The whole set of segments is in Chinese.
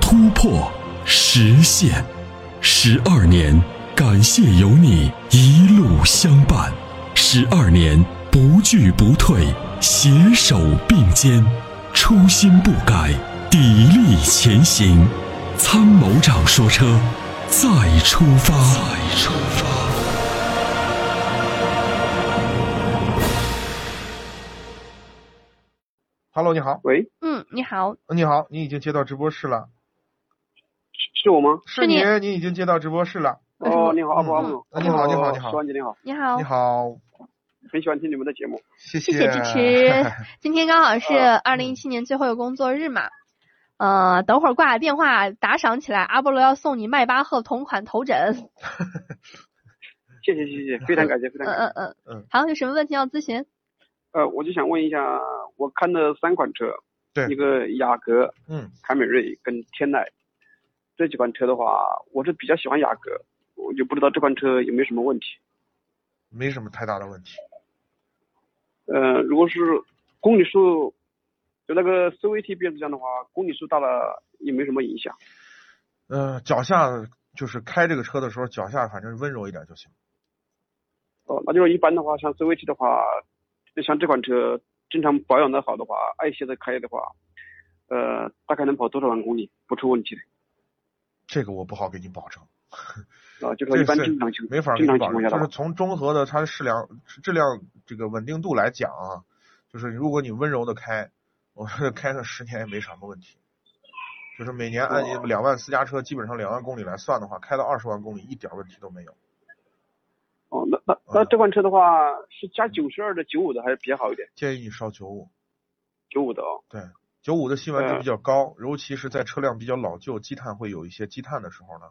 突破、实现，十二年，感谢有你一路相伴，十二年不惧不退，携手并肩，初心不改，砥砺前行。参谋长说车，再出发。再出发。 Hello，你好，喂，嗯，你好，呃你好，你已经接到直播室了，是我吗？是你，你已经接到直播室了，为什么哦，你好，阿布阿嗯布，哦啊你好你好你好小安姐你好，你好，你好，很喜欢听你们的节目，谢谢谢。谢支持今天刚好是二零一七年最后一个工作日嘛，呃，等会儿挂了电话打赏起来，阿波罗要送你迈巴赫同款头枕。哎谢谢谢谢，非常感谢非常嗯感谢。嗯嗯嗯嗯。好，有什么问题要咨询？呃，我就想问一下，我看了三款车，对一个雅阁、 嗯凯美瑞跟天籁，这几款车的话，我是比较喜欢雅阁，我就不知道这款车有没有什么问题。没什么太大的问题，呃，如果是公里数，就那个 CVT 变速箱的话，公里数大了也没什么影响。嗯、脚下就是开这个车的时候，脚下反正温柔一点就行，哦，那就是一般的话，像 CVT 的话，就像这款车正常保养的好的话，爱惜的开的话，呃，大概能跑多少万公里不出问题的这个我不好给你保证，啊、就是说这一般是正常情没法给正你常保情证况，下的就是话，从综合的它的质量质量这个稳定度来讲啊，就是如果你温柔的开，我说开个十年也没什么问题。就是每年按哦两万私家车基本上两万公里来算的话，开到二十万公里一点问题都没有。哦，那那那嗯这款车的话是加九十二的九五的还是比较好一点，建议你烧九五，九五的哦。九五的吸完呃就比较高，尤其是在车辆比较老旧、积碳会有一些积碳的时候呢，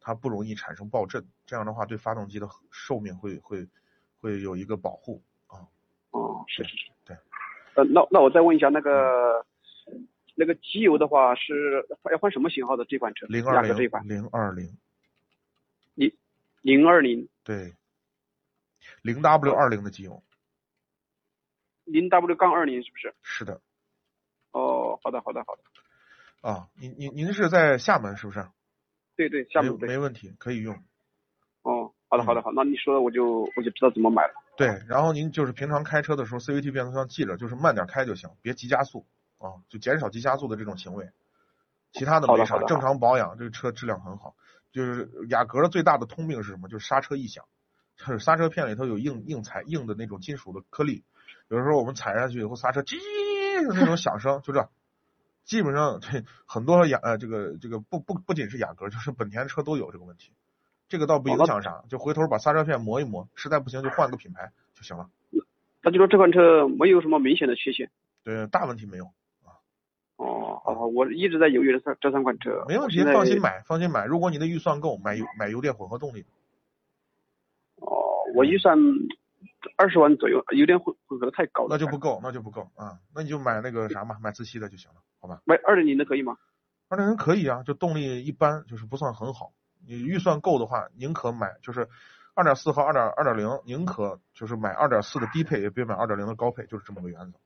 它不容易产生爆震。这样的话，对发动机的寿命会会会有一个保护。哦，是是是，对。嗯呃，那那我再问一下那个。那个机油的话是要换什么型号的这款车？零雅二阁这一零款，零二零，零二零对，零 W 二零的机油，零 W 杠二零是不是？是的哦，好的好的好的，啊。您您您是在厦门是不是？对对，下面没对。没问题，可以用。哦，好嗯的好的好，那你说的我就我就知道怎么买了。对，然后您就是平常开车的时候，CVT 变速箱记着，就是慢点开就行，别急加速啊，就减少急加速的这种行为。其他的好的没啥好，的正常保养，这个车质量很好。就是雅阁的最大的通病是什么？就是刹车异响，就是刹车片里头有硬硬材硬的那种金属的颗粒，有的时候我们踩下去以后，刹车叽的那种响声，就这。基本上这很多雅呃这个这个不不不仅是雅阁，就是本田车都有这个问题。这个倒不哦影那响啥，就回头把刹车片磨一磨，实在不行就换个品牌就行了。那就说这款车没有什么明显的缺陷。对，大问题没有，哦，好的，我一直在犹豫这三这三款车。没问题，我现在放心。买，放心买。如果你的预算够，买油买油电混合动力的。哦，嗯我预算二十万左右，有点混混合的太高了。那就不够，那就不够啊、那你就买那个啥嘛，买自吸的就行了，好吧？买二点零的可以吗？二点零可以啊，就动力一般，就是不算很好。你预算够的话，宁可买就是二点四和二点二点零，宁可就是买二点四的低配，也别买二点零的高配，就是这么个 原则。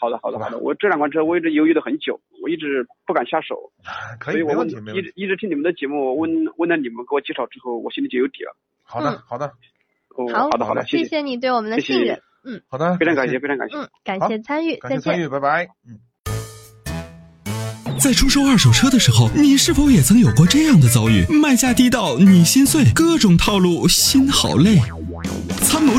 好的好好的吧好的，我这两款车我一直犹豫的很久，我一直不敢下手，可以，所以我没问问题，没一问题。嗯直一直听你们的节目，我问问了你们给我介绍之后，我心里就有底了。好的，嗯好的，哦，好好的好的，谢谢，谢你对我们的谢 谢信任，好的，非常感谢，，非常感谢。嗯，感谢参与，感再谢参见。与，拜拜。嗯。在出售二手车的时候，你是否也曾有过这样的遭遇？卖价低到你心碎，各种套路，心好累。参谋